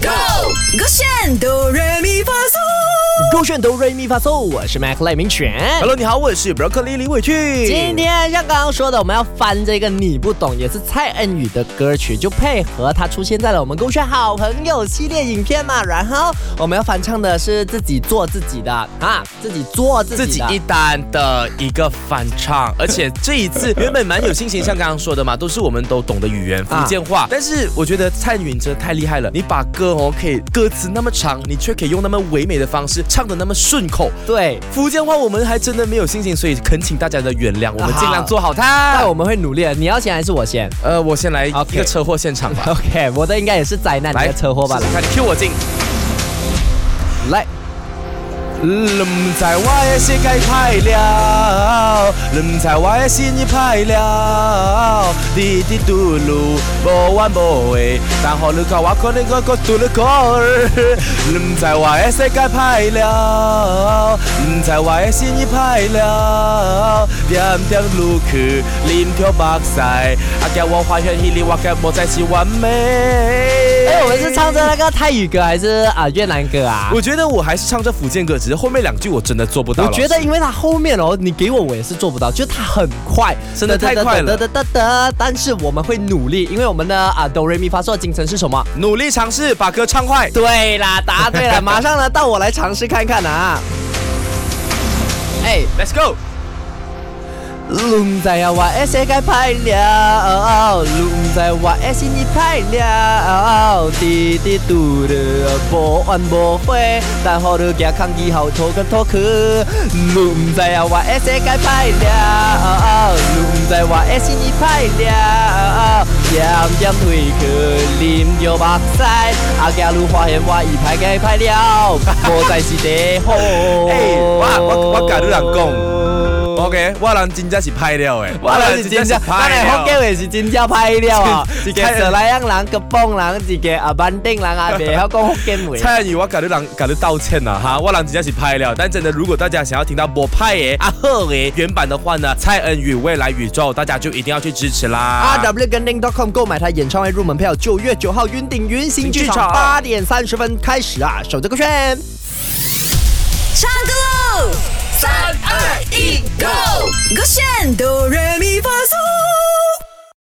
Go！勾选哆来咪发嗦，勾选哆瑞咪发嗦，我是麦克赖明全。 Hello，你好，我是 Broccoli 李伟俊。今天像刚刚说的，我们要翻这个你不懂，也是蔡恩宇的歌曲，就配合它出现在了我们勾选好朋友系列影片嘛。然后我们要翻唱的是自己做自己的啊， 自己做自己自的。己一单的一个翻唱，而且这一 次原本蛮有信心，像刚刚说的嘛，都是我们都懂的语言，福啊建话。但是我觉得蔡允真的太厉害了，你把歌哦可以歌词那么长，你却可以用那么唯美的方式唱的那么顺口。对，福建话我们还真的没有信心，所以恳请大家的原谅，我们好尽量做好它。哎那我们会努力的。你要先还是我先呃，我先来一 OK 个车祸现场 吧， ？OK，我的应该也是灾难，你来的车祸吧试？试看 Q 我进。来，唔知我的世界歹了，唔知我的心意歹了，滴滴嘟噜无完无尾，但好你讲我可能我个嘟噜歌儿，唔知我的世界歹了，唔知我的心意歹了，点点路去淋着目屎，啊叫我发现迄里我嘅无再是完美。哎，我们是唱着那个泰语歌还是啊越南歌啊？我觉得我还是唱这福建歌，只是后面两句我真的做不到。我觉得，因为它后面哦，你给我我也是做不到，就它很快，真的太快了哒哒哒哒哒但是我们会努力，因为我们的啊哆瑞咪发嗦的精神是什么？努力尝试把歌唱坏。对啦，答对 了，马上呢到我来尝试看看啊。哎， Let's go！龙仔啊，我的世界派了，龙仔我的心已派了，滴滴嘟的不完不悔，但好的健康以后拖跟拖去，龙仔啊，我的世界派了，龙仔我的心已派了，点点退去，淋着目屎，啊，假如发现我已派该派了，不再是第好。哎我我我跟你人讲 OK，我人真正是欸歹了诶，我就是真正，咱的福建话是真正歹料啊！一个蔡蛇来样人，个帮人，一个啊板凳人啊，袂晓讲福建话。蔡依我跟你人跟你道歉了啊哈，我人真正是歹了。但真的，如果大家想要听到我派诶、阿赫诶原版的话呢，蔡恩宇未来宇宙，大家就一定要去支持啦。 RW 跟 Ding.com 购买他演唱会入门票，九月九号云顶云行剧剧场场八点三十分开始啊！守着个圈。唱歌喽！三二一，Go！勾选哆来咪发嗦。